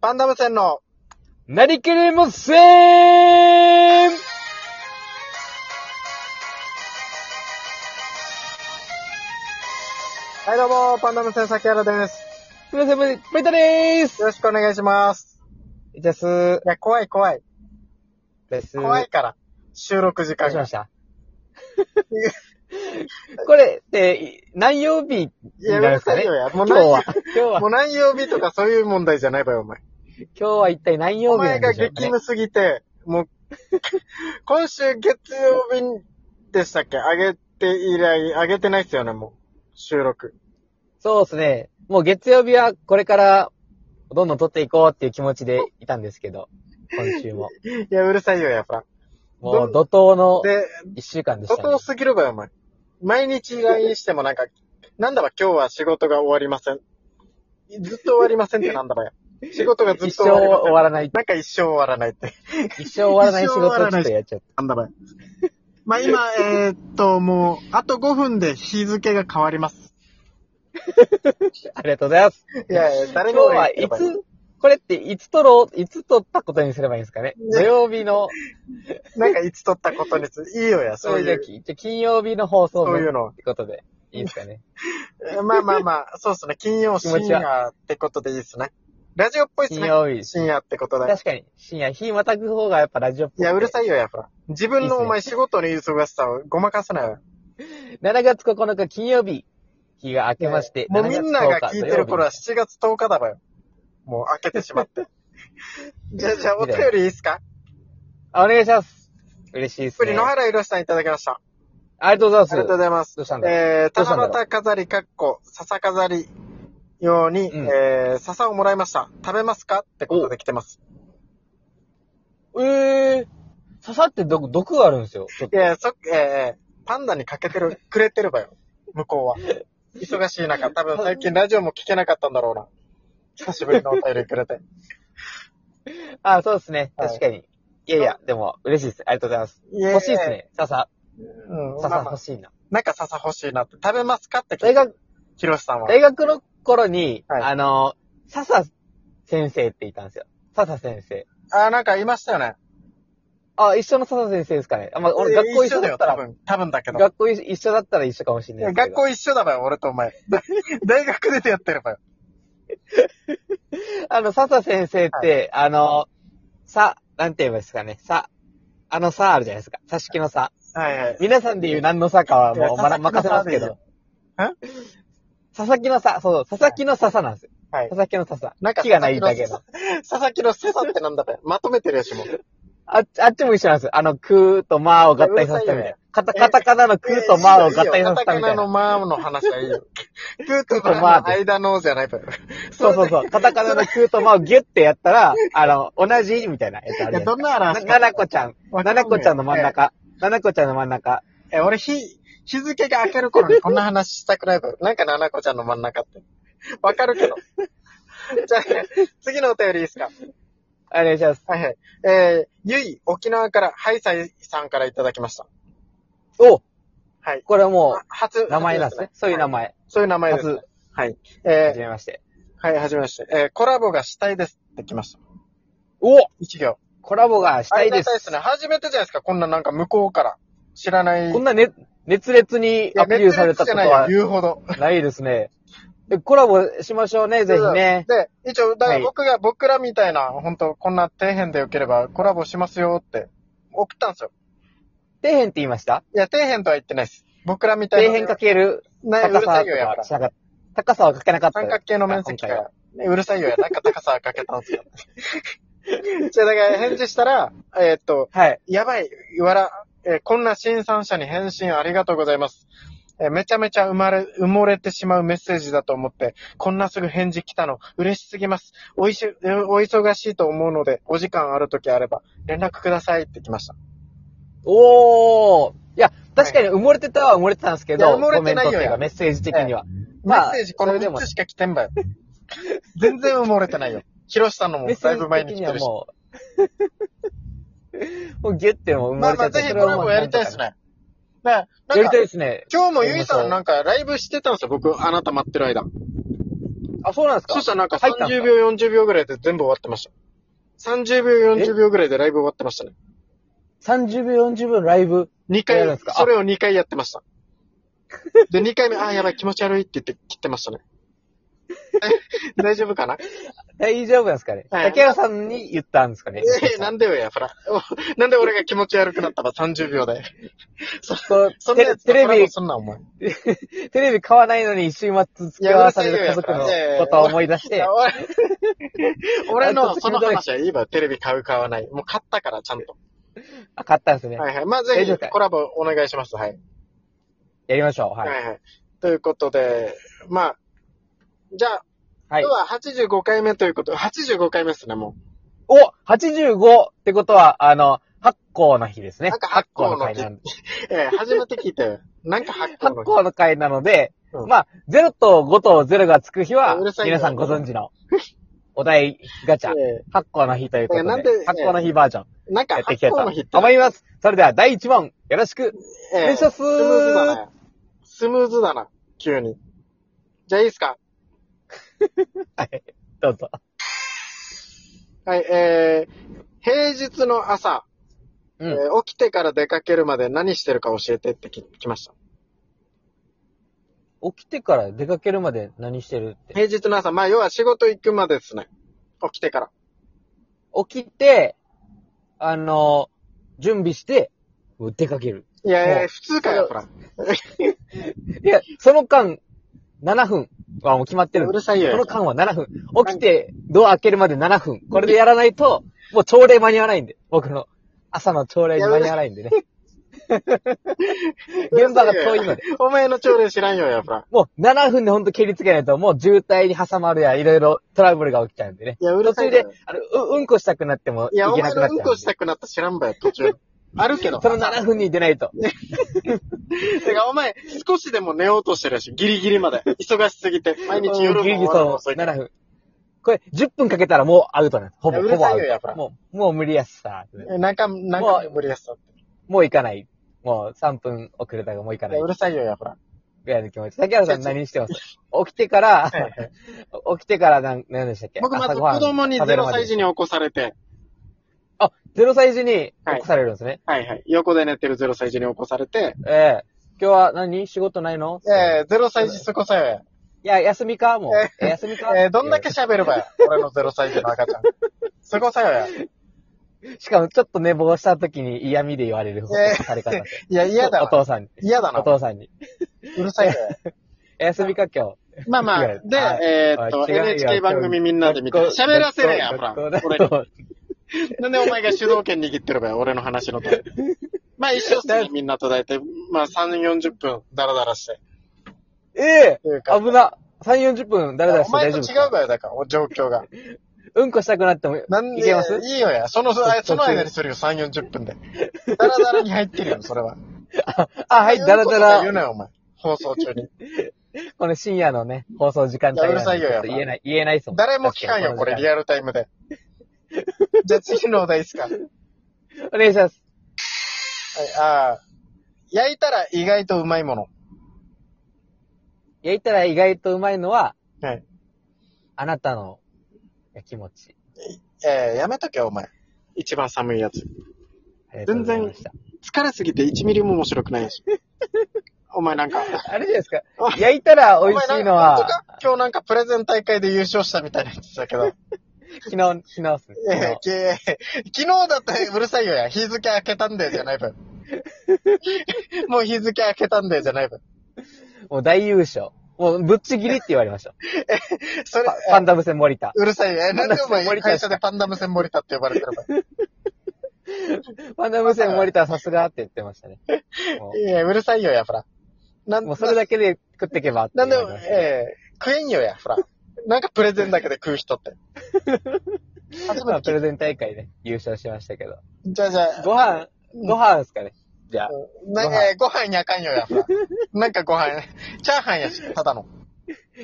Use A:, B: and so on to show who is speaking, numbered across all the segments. A: パンダム戦の、
B: なりきれません
A: はいどうも、パンダム戦崎原です。
B: 皆様、バイタでーす
A: よろしくお願いします。
B: です。
A: いや、怖い怖い。
B: です。
A: 怖いから。収録時
B: どう
A: 間
B: しま
A: が
B: し。た これ、えー、何曜日
A: やめなさいよ、や。もう
B: 今日
A: 何
B: は。今日は、
A: も
B: 今
A: う何曜日とかそういう問題じゃないわよ、 お前。
B: 日は一体何曜
A: お
B: 日な
A: 前
B: んで
A: が
B: しょうか、
A: 激
B: ね、
A: 務すぎて、もう、 今週月曜日でしたっけ上げて以来、上げてないっすよね、もう。収録。
B: そうですね。もう月曜日はこれから、どんどん撮っていこうっていう気持ちでいたんですけど、今 週も。
A: いや、うるさいよ、やっぱ。
B: もう怒涛の
A: で、
B: 一週間でした、
A: 相
B: ね。
A: 当すぎるわよ、お前。毎日 LINE してもなんか、なんだば今日は仕事が終わりません。ずっと終わりませんってなんだ ばよ。仕事がずっ
B: 一
A: と
B: 生
A: 終わりませ
B: 終
A: ん。
B: わらない。
A: なんか一生終わらないって。
B: 一生終わらない仕事をちょっとやっちゃっ
A: なんだばよ。まあ 今、えー、っと、もう、あと5分で日付が変わります。
B: た。ありがとうございます。
A: いやいや、誰に
B: 今日
A: も言
B: は
A: って
B: い
A: ればい
B: つ、これっていつ撮ろう、いつ撮ったことにすればいいんですかね。土曜日の、
A: いなんかいつ撮ったことについて、いいよや、
B: そ
A: そうう
B: い
A: いうう、
B: 時、じゃあ金曜日の放送
A: そう
B: 分
A: い
B: っ
A: うの。
B: てことで、いいで すかね。
A: えまあまあま あ、そうっすね。金曜
B: 気持
A: 深
B: ちは
A: 夜ってことでいいっすね。ラジオっぽいっす
B: 金
A: ね。
B: 曜日。
A: 深夜ってことで。
B: 確かに、深夜、日またぐ方がやっぱラジオっぽく
A: い
B: て
A: や、うるさいよ、やっぱ。自分
B: いいっす
A: の
B: ね
A: お前仕事の忙しさをごまかすなよ。
B: 7月9日金曜日、日が明けまして、
A: もう
B: 7
A: み
B: 月10日
A: んなが聞いてる頃は
B: 土
A: 7月10日だばよ。もう開けてしま って。じゃあ、じゃあ、お便りいいっすか
B: 曜日あお願いします。嬉しいです
A: プ
B: ね
A: リ。野原ろしさんいただきました。
B: ありがとうご
A: あ
B: ざ
A: り
B: い
A: がとうござ
B: ます。
A: います。
B: どうしたんだ
A: えー、
B: どうしたんだろ
A: 七
B: う
A: 夕飾りかっこ、笹飾り用に、
B: うん
A: えー、笹をもらいました。食べますかってことで来てます。
B: えー、刺さって毒、毒があるんですよ。ちょっ
A: い
B: と
A: や、そ、えー、パンダにかけてる、くれてるばよ。向こうは。忙しい中、多分最近ラジオも聞けなかったんだろうな。久しぶりのお便りくれて。
B: あ、そうですね。
A: はい
B: 確かに。いやいや、でも、嬉しいです。ありがとうございます。
A: いや
B: 欲しいです。ね。笹、
A: うん、まあ
B: 笹
A: まあ
B: 欲、しいな。
A: なんか笹欲しいなって。食べますかって聞
B: 大
A: いて、
B: 学、
A: ヒロシさんは。
B: 大学の頃に、
A: はい
B: あの、笹先生っていたんですよ。笹先生。
A: あ、なんかいましたよね。
B: あ、一緒の笹先生ですかね。あ、まあ、俺、
A: え
B: 学校一
A: だ
B: 緒だ
A: よ、
B: った
A: 多
B: ら、
A: 分。多分だけど。
B: 学校一緒だったら一緒かもしれないい
A: や
B: ですけ
A: 学
B: ど。
A: 校一緒だばよ、俺とお前。大大学出てやってるばよ。
B: あの、笹先生って、あの、さ、なんて言えばいいですかね。さ、あのさあるじゃないですか。さしきのさ。
A: はいはい。
B: 皆さんで言う何のさかはもう、まだ
A: いや
B: 任せますけ
A: 佐々
B: ど。佐々木のさ、そう、佐々木の笹なんですよ。
A: はい
B: 佐々木の笹。
A: なんか
B: 木がないだけの。
A: 佐々木のセサってなんだべまとめてるやしもう。
B: あっち、あっちも一緒なんですよ。あの、くーとまーを合体させたみたいな。カタカタカナのくーとまーを合体させたみたい
A: カタカナの
B: な。
A: マーの話はいいよ。クーと
B: クーと
A: マ
B: マ
A: ー
B: ー
A: の
B: で
A: 間のじゃないばよ。
B: そうそうそう。カタカナのくーとまーをギュッてやったら、あの、同じみたいなやつあ
A: い
B: る
A: や、
B: や
A: どんな話
B: つ。ななこちゃん。ななこちゃんの真ん。中。ななこちゃんの真ん中。
A: え、俺、日、日付が明ける頃にこんな話したくないから、なんかななこちゃんの真ん中って。わかるけど。じゃあ、次のお便りいいですか
B: お願いします。
A: はいはい。えー、ゆい、沖縄から、ハイサイさんからいただきました。
B: お
A: はい。
B: これはも
A: 初、
B: う、名前なんですね。そういう名
A: 前。
B: 前。
A: そういう名前です、ね
B: 初。、
A: はい。
B: は
A: え
B: じめまして。
A: ー、はい、はじめまして。えー、コラボがしたいですってきました。
B: お
A: 一行。
B: コラボがしたいで。
A: ありがたいですすね。初めてじゃないですか。こんななんか向こうから。知らない。
B: こんなね、熱烈に
A: いや
B: アピールされたことは
A: 熱烈じゃないよ言うほど。
B: ないですね。でコラボしましょうね、ぜひね。
A: で、一応、だか
B: は
A: ら
B: い
A: 僕が、僕らみたいな、本当こんな底辺でよければコラボしますよって送ったんですよ。
B: 底辺って言いました
A: いや、底辺とは言ってないです。僕らみたい
B: 底
A: な。
B: 辺かける
A: ね、う
B: 高
A: るさ
B: さ
A: いよ、やっ
B: は
A: ぱ。
B: しなかった。高さはかけなかった。
A: 三角形の面積か
B: 今回
A: ら。ね、うるさいよ、や。なんか高さかけたんですよ。 じゃあだから返事したら、えーっと、
B: はい。
A: やばい、わら、えーこんな新参者に返信ありがとうございます。えーめちゃめちゃ埋まれ、埋もれてしまうメッセージだと思って、こんなすぐ返事来たの嬉しすぎます。おいし、えーお忙しいと思うので、お時間ある時あれば連絡くださいって来ました。
B: おー。いや、確かに埋もれてたは埋もれてたんですけ
A: いや
B: ど、
A: 埋もれ
B: コ
A: て
B: メン
A: ない
B: ト
A: よ
B: っていうかメッセージ的には。
A: メ
B: まあ
A: ッセージこの
B: それでも
A: 3つしか来てんばよ。 全然埋もれてないよ。ひろしさんのも
B: メッセ
A: だいぶ
B: ー
A: 前
B: ジ
A: に
B: 的
A: 来
B: に
A: て
B: は
A: るし。
B: も う、もうギュッても埋も
A: まあ
B: れ
A: ま
B: て
A: あぜひ
B: て、そ
A: コ
B: れは
A: ラ
B: も
A: ボ
B: う
A: やりたいですね。ね、
B: なんとか。
A: なん
B: やり
A: か
B: たいですね。
A: 今日もゆいさんなんかライブしてたんですよ、僕、あなた待ってる間。
B: あ、そうなんですか
A: そしたらなんか
B: 入ったんす
A: 30秒、40秒ぐらいで全部終わってました。30秒、40秒ぐらいでライブ終わってましたね。
B: 30秒、40秒のライブ。
A: 2
B: やる
A: 回
B: んすか、あ
A: それを2回やってま した。で、2回目、あー、やばい、気持ち悪いって言って切ってま したね。え大丈夫かな
B: 大丈夫なんですかね、
A: はい
B: 竹原さんに言ったんですかね
A: えーなんでよや、ほら。おなんで俺が気持ち悪くなったか、30秒で。
B: そう
A: そんな
B: テ
A: や
B: レ
A: つ
B: テレ
A: コラボ
B: ビ、
A: そんなお前。
B: テレビ買わないのに週末付き合わされる家族の
A: いやうるせえよやっぱ
B: ことを思い出して、
A: おい俺のその
B: あちょっと気持ち悪い
A: 話はいいわ。テレビ買う、買わない。もう買ったから、ちゃんと。
B: あ、買ったんですね。
A: はいはい。まあ、ぜ
B: 大丈夫
A: ひ
B: かい
A: コラボお願いします。はい。
B: やりましょう。
A: は
B: はいい。
A: はい。ということで、まあ、じゃあ、
B: はい
A: 今。日は85回目ということ、85回目ですね、も
B: お !85 ってことは、あの、発行の日ですね。
A: なんか
B: 発行
A: 発行の日
B: 回なんで。
A: う。え ー初めて聞いたよ。なんか発行
B: 発
A: の
B: 行の回なので、
A: うん
B: まあ、0と5と0がつく日は
A: うるさ、いよ
B: 皆さんご存知の、お題ガチャ、
A: え
B: 発行の日ということ
A: え
B: で、
A: なんで
B: 発行の日バージョン
A: ーなんか
B: やってい
A: 発
B: きたい
A: 行の日って
B: と、思います。それでは第1問、よろしく。
A: えー
B: お願いします
A: スムーズだな。スムーズだな、急に。じゃあいいですか
B: はい。どうぞ。
A: はい、えー、平日の朝、
B: うん
A: えー起きてから出かけるまで何してるか教えてってききました。
B: 起きてから出かけるまで何してるって。
A: 平日の朝、まあ要は仕事行くまでですね。起きてから。
B: 起きて、あの、準備して、出かける。
A: いやい
B: も
A: や、
B: う
A: 普通かよ、ほら。
B: いや、その間、7分はもう決まってるん
A: う
B: で
A: るさい
B: す。
A: よ。
B: その間は7分。起きて、ドア開けるまで7分。これでやらないと、もう朝礼間に合わないんで。僕の朝の朝礼に間に合わないんでね。現場が遠いので。
A: お前の朝礼知らんよ、やっぱ。
B: もう7分でほんと蹴りつけないと、もう渋滞に挟まるや、いろいろトラブルが起きちゃうんでね。
A: いや、うる
B: 途
A: さい
B: 中
A: よ
B: で。、あの、う、うんこしたくなっても、い
A: い
B: け
A: や、お
B: な
A: 前
B: くな
A: の
B: っ
A: うん
B: ちゃ
A: こ
B: う
A: したくなったら知らんばよ、途 中。あるけど。
B: その7分に出ないと。
A: てか、お前、少しでも寝ようとしてるし、ギリギリまで。忙しすぎて。毎日夜も
B: ギリ
A: 終
B: ギリ
A: わるの遅
B: そう、
A: いから。
B: 7分。これ、10分かけたらもうアウトなんです。ほぼ、
A: いやう
B: ほ
A: る
B: ぼ
A: さい
B: ア
A: よ
B: ウ
A: やっぱ
B: ト。もう、もう無理やしさ。
A: えなんか、なんか無理やった。
B: もう行かない。もう3分遅れたがもう行か
A: い
B: ない
A: やう。るさいよ、やっぱ。
B: ぐらいの気持ち。竹原さん何してます起きてから、起きてからなん、何でしたっけ
A: 僕まず
B: 朝ごはん
A: 子供に
B: 食べる
A: 0
B: まで
A: 歳児に起こされて、
B: あ、0歳児に起こされるんですね。
A: はいはい。横で寝てる0歳児に起こされて、
B: ええ今日は何仕事ないの
A: えー、0歳児過ごさよ
B: いや、休みかもう。え休みか
A: や。えー、どんだけ喋ればよ。俺の0歳児の赤ちゃん。過ごさよや。
B: しかもちょっと寝坊した時に嫌味で言われる
A: え
B: され方で。
A: いや、嫌だ
B: お
A: な。
B: 父さんに。
A: 嫌だ
B: お
A: な。
B: 父さんに。
A: うるさいよや。
B: 休みか今日。
A: まあまあ、
B: 違
A: で
B: う、はい
A: えーっ
B: あ
A: と、
B: 違うよ
A: NHK 番組みんなで見て、喋らせるやん、ほら。俺に
B: 俺
A: なんでお前が主導権握ってるばよ、俺の話のと。 まあ一緒っすね、みんなと大体、まあ3、40分、ダラダラして。
B: ええ
A: というか
B: 危な。3、40分、誰だ
A: お
B: して
A: 前
B: 大
A: と
B: 丈
A: 違う
B: 夫ですか
A: ばよ、だから、お状況が。
B: うんこしたくなっても、
A: なんで、
B: いけます
A: いいよや。その、
B: ょ
A: あその間にするよ、3、40分で。ダラダラに入ってるよ、それは。
B: あ、はい、だらだ
A: 言う
B: ら、
A: なよ、お前。放送 中に。
B: この深夜のね、放送時間帯なんで
A: いやうるさいよ
B: ちょっと言えない、言えないっすもん。
A: 誰も聞かんよ、これ、リアルタイムで。じゃあ次のお題いいっすか。はい、
B: お願いします。
A: あー焼いたら意外とうまいもの。
B: 焼いたら意外とうまいのは、
A: はい。
B: あなたの焼き餅。
A: えー、やめとけよ、お前。一番寒いやつ。
B: ありがとうございました。
A: 疲れすぎて1ミリも面白くない し。お前なんか。
B: あれじゃないですか。焼いたら美味しいの
A: お前なんか
B: は、
A: 本当か今日なんかプレゼン大会で優勝したみたいなやつだけ ど。
B: 昨日、昨日っすね。
A: え
B: 昨
A: ー
B: 日
A: け 昨日だってうるさいよや。日付明けたんだよじゃない 分。もう日付明けたんだよじゃない分。
B: もう大優勝。もうぶっちぎりって言われました。
A: それ
B: パ、パンダム戦森田。
A: うるさいよ。えなんでお
B: パン
A: 前
B: ダム線森田
A: 会社でパンダム線森田って呼ばれてる の
B: パンダム戦森田はさすがって言ってまし たね。も
A: いや、うるさいよや、ほら。な
B: う、
A: ん
B: もうそれだけで食っていけばって
A: な
B: 言
A: ん
B: わ
A: で
B: れました、
A: えー、食えんよや、ほ ら。なんかプレゼンだけで食う人って。初
B: ま
A: め
B: あ、
A: て聞い
B: プレゼン大会で優勝しましたけど。
A: たじゃあじゃあ、
B: ご飯、ご飯ですかね。じゃあ、
A: なんか、えーご飯にあかんよや、ほら。なんかご飯、チャーハンやし、ただの。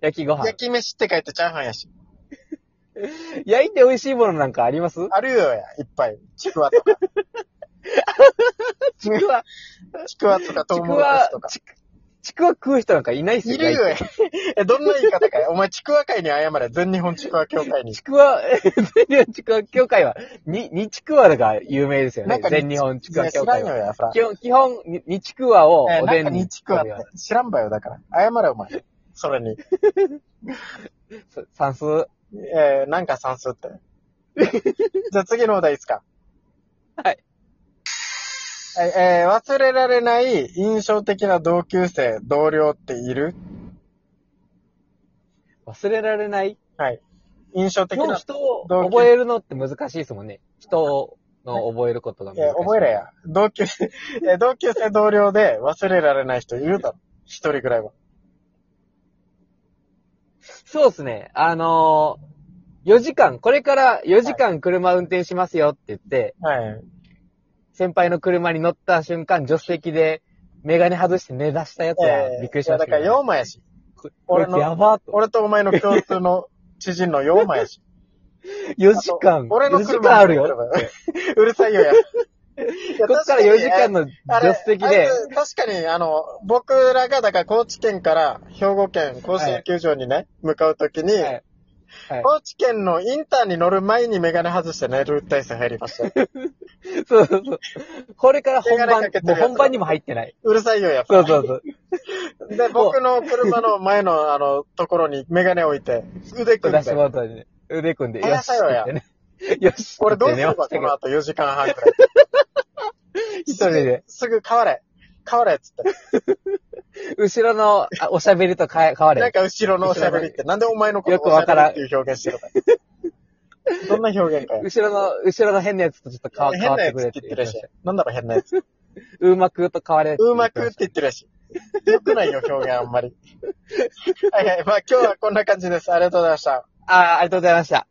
B: 焼きご飯。
A: 焼き飯って書いてチャーハンやし。
B: 焼いて美味しいものなんかあります
A: あるよや、いっぱい。ちくわ とか。
B: ちくわ、
A: ちくわとか、
B: ち
A: トウ
B: く
A: モロコシ
B: わ
A: とか、。
B: ちくちくわ食う人なんかいないっすよ。
A: いるよ、え。え、どんな言い方かいお前、ちくわ会に謝れ。全日本ちくわ協会に。
B: ちくわ、 全日本ちくわ協会は、に、にちくわが有名ですよ
A: な
B: ね
A: んか。に
B: 全日本ちくわ協
A: い
B: 会
A: や知
B: は。
A: らんよ、やさ。
B: 基本、基本、ににちくわを
A: え
B: お
A: な
B: で
A: ん
B: ん
A: か
B: に。
A: にちくわって。知らんばよ、だから。謝れ、お前。それに。
B: そ算数。は
A: えー、なんか算数って。 じゃあ次のお題いいですか
B: はい。
A: はい、えー、忘れられない印象的な同級生、同僚っている
B: 忘れられない。
A: 印象的
B: もう
A: な。
B: 人を
A: 同級
B: 覚えるのって難しいですもんね。人の覚えることが
A: え
B: 難しい。
A: ー覚えれや。同級生、えー同級生同僚で忘れられない人いるだろ一人ぐらいは。
B: そうですね。あのー、4時間、これから4時間車運転しますよって言って、
A: はい。
B: 先輩の車に乗った瞬間、助手席でメガネ外して寝出したやつ
A: え
B: は
A: ー
B: びっくりしました
A: い
B: け
A: やだから、
B: ど、
A: ヨーマやし。
B: こ
A: 俺
B: 俺
A: の
B: やばーと。
A: 俺とお前の共通の知人のヨーマやし。
B: 4時間。
A: 俺の
B: 4時
A: 車
B: 間あるよ。。
A: うるさいよ や。
B: こっから4時間
A: の
B: の助手席で、。
A: 確かに、あの、僕らが、だから高知県から兵庫県甲子園球場にね、向かうときに、
B: はいはい
A: 高知県のインターに乗る前にメガネ外して寝る体制入りましたよ。
B: そうそうそう。これから本
A: メガネ
B: 番
A: かけ、てる
B: も
A: や
B: う
A: つだ
B: 本番にも入ってない。
A: うるさいよや。
B: そうそうそう。
A: で、僕の車の前の、あの、ところにメガネ置いて、腕組ん
B: 出し
A: で。
B: 物で、ね、腕組んで、
A: あ
B: よし。
A: そうや
B: ってね よし。
A: 俺どうす
B: って
A: れば
B: 寝ま
A: こ
B: したけ
A: の
B: ど。
A: 後4時間半くらい。
B: 一人で、
A: すぐ変われ。変われっつって。
B: 後ろのあおしゃべりと変え変われ。
A: なんか後ろのおしゃべりって、なんでお前のこと
B: よくわから
A: おし
B: ん
A: ゃべりっていう表現してるのか。どんな表現かよ。
B: 後ろの、後ろの変なやつとちょっと変わ変
A: 変
B: わっ
A: なや
B: て
A: つ
B: くれ
A: っ
B: ってて
A: 言っ
B: 言
A: て
B: って
A: る
B: ま
A: らし
B: し
A: い
B: た。。
A: なんだろう、変なやつ。
B: うまくと変われって
A: う
B: 言
A: ま
B: って
A: く
B: ま
A: っ
B: して
A: 言ってるらしい。よくないよ、表現あんまり。はいはい。まあ今日はこんな感じです。ありがとうございました。
B: た。ああ、ありがとうございました。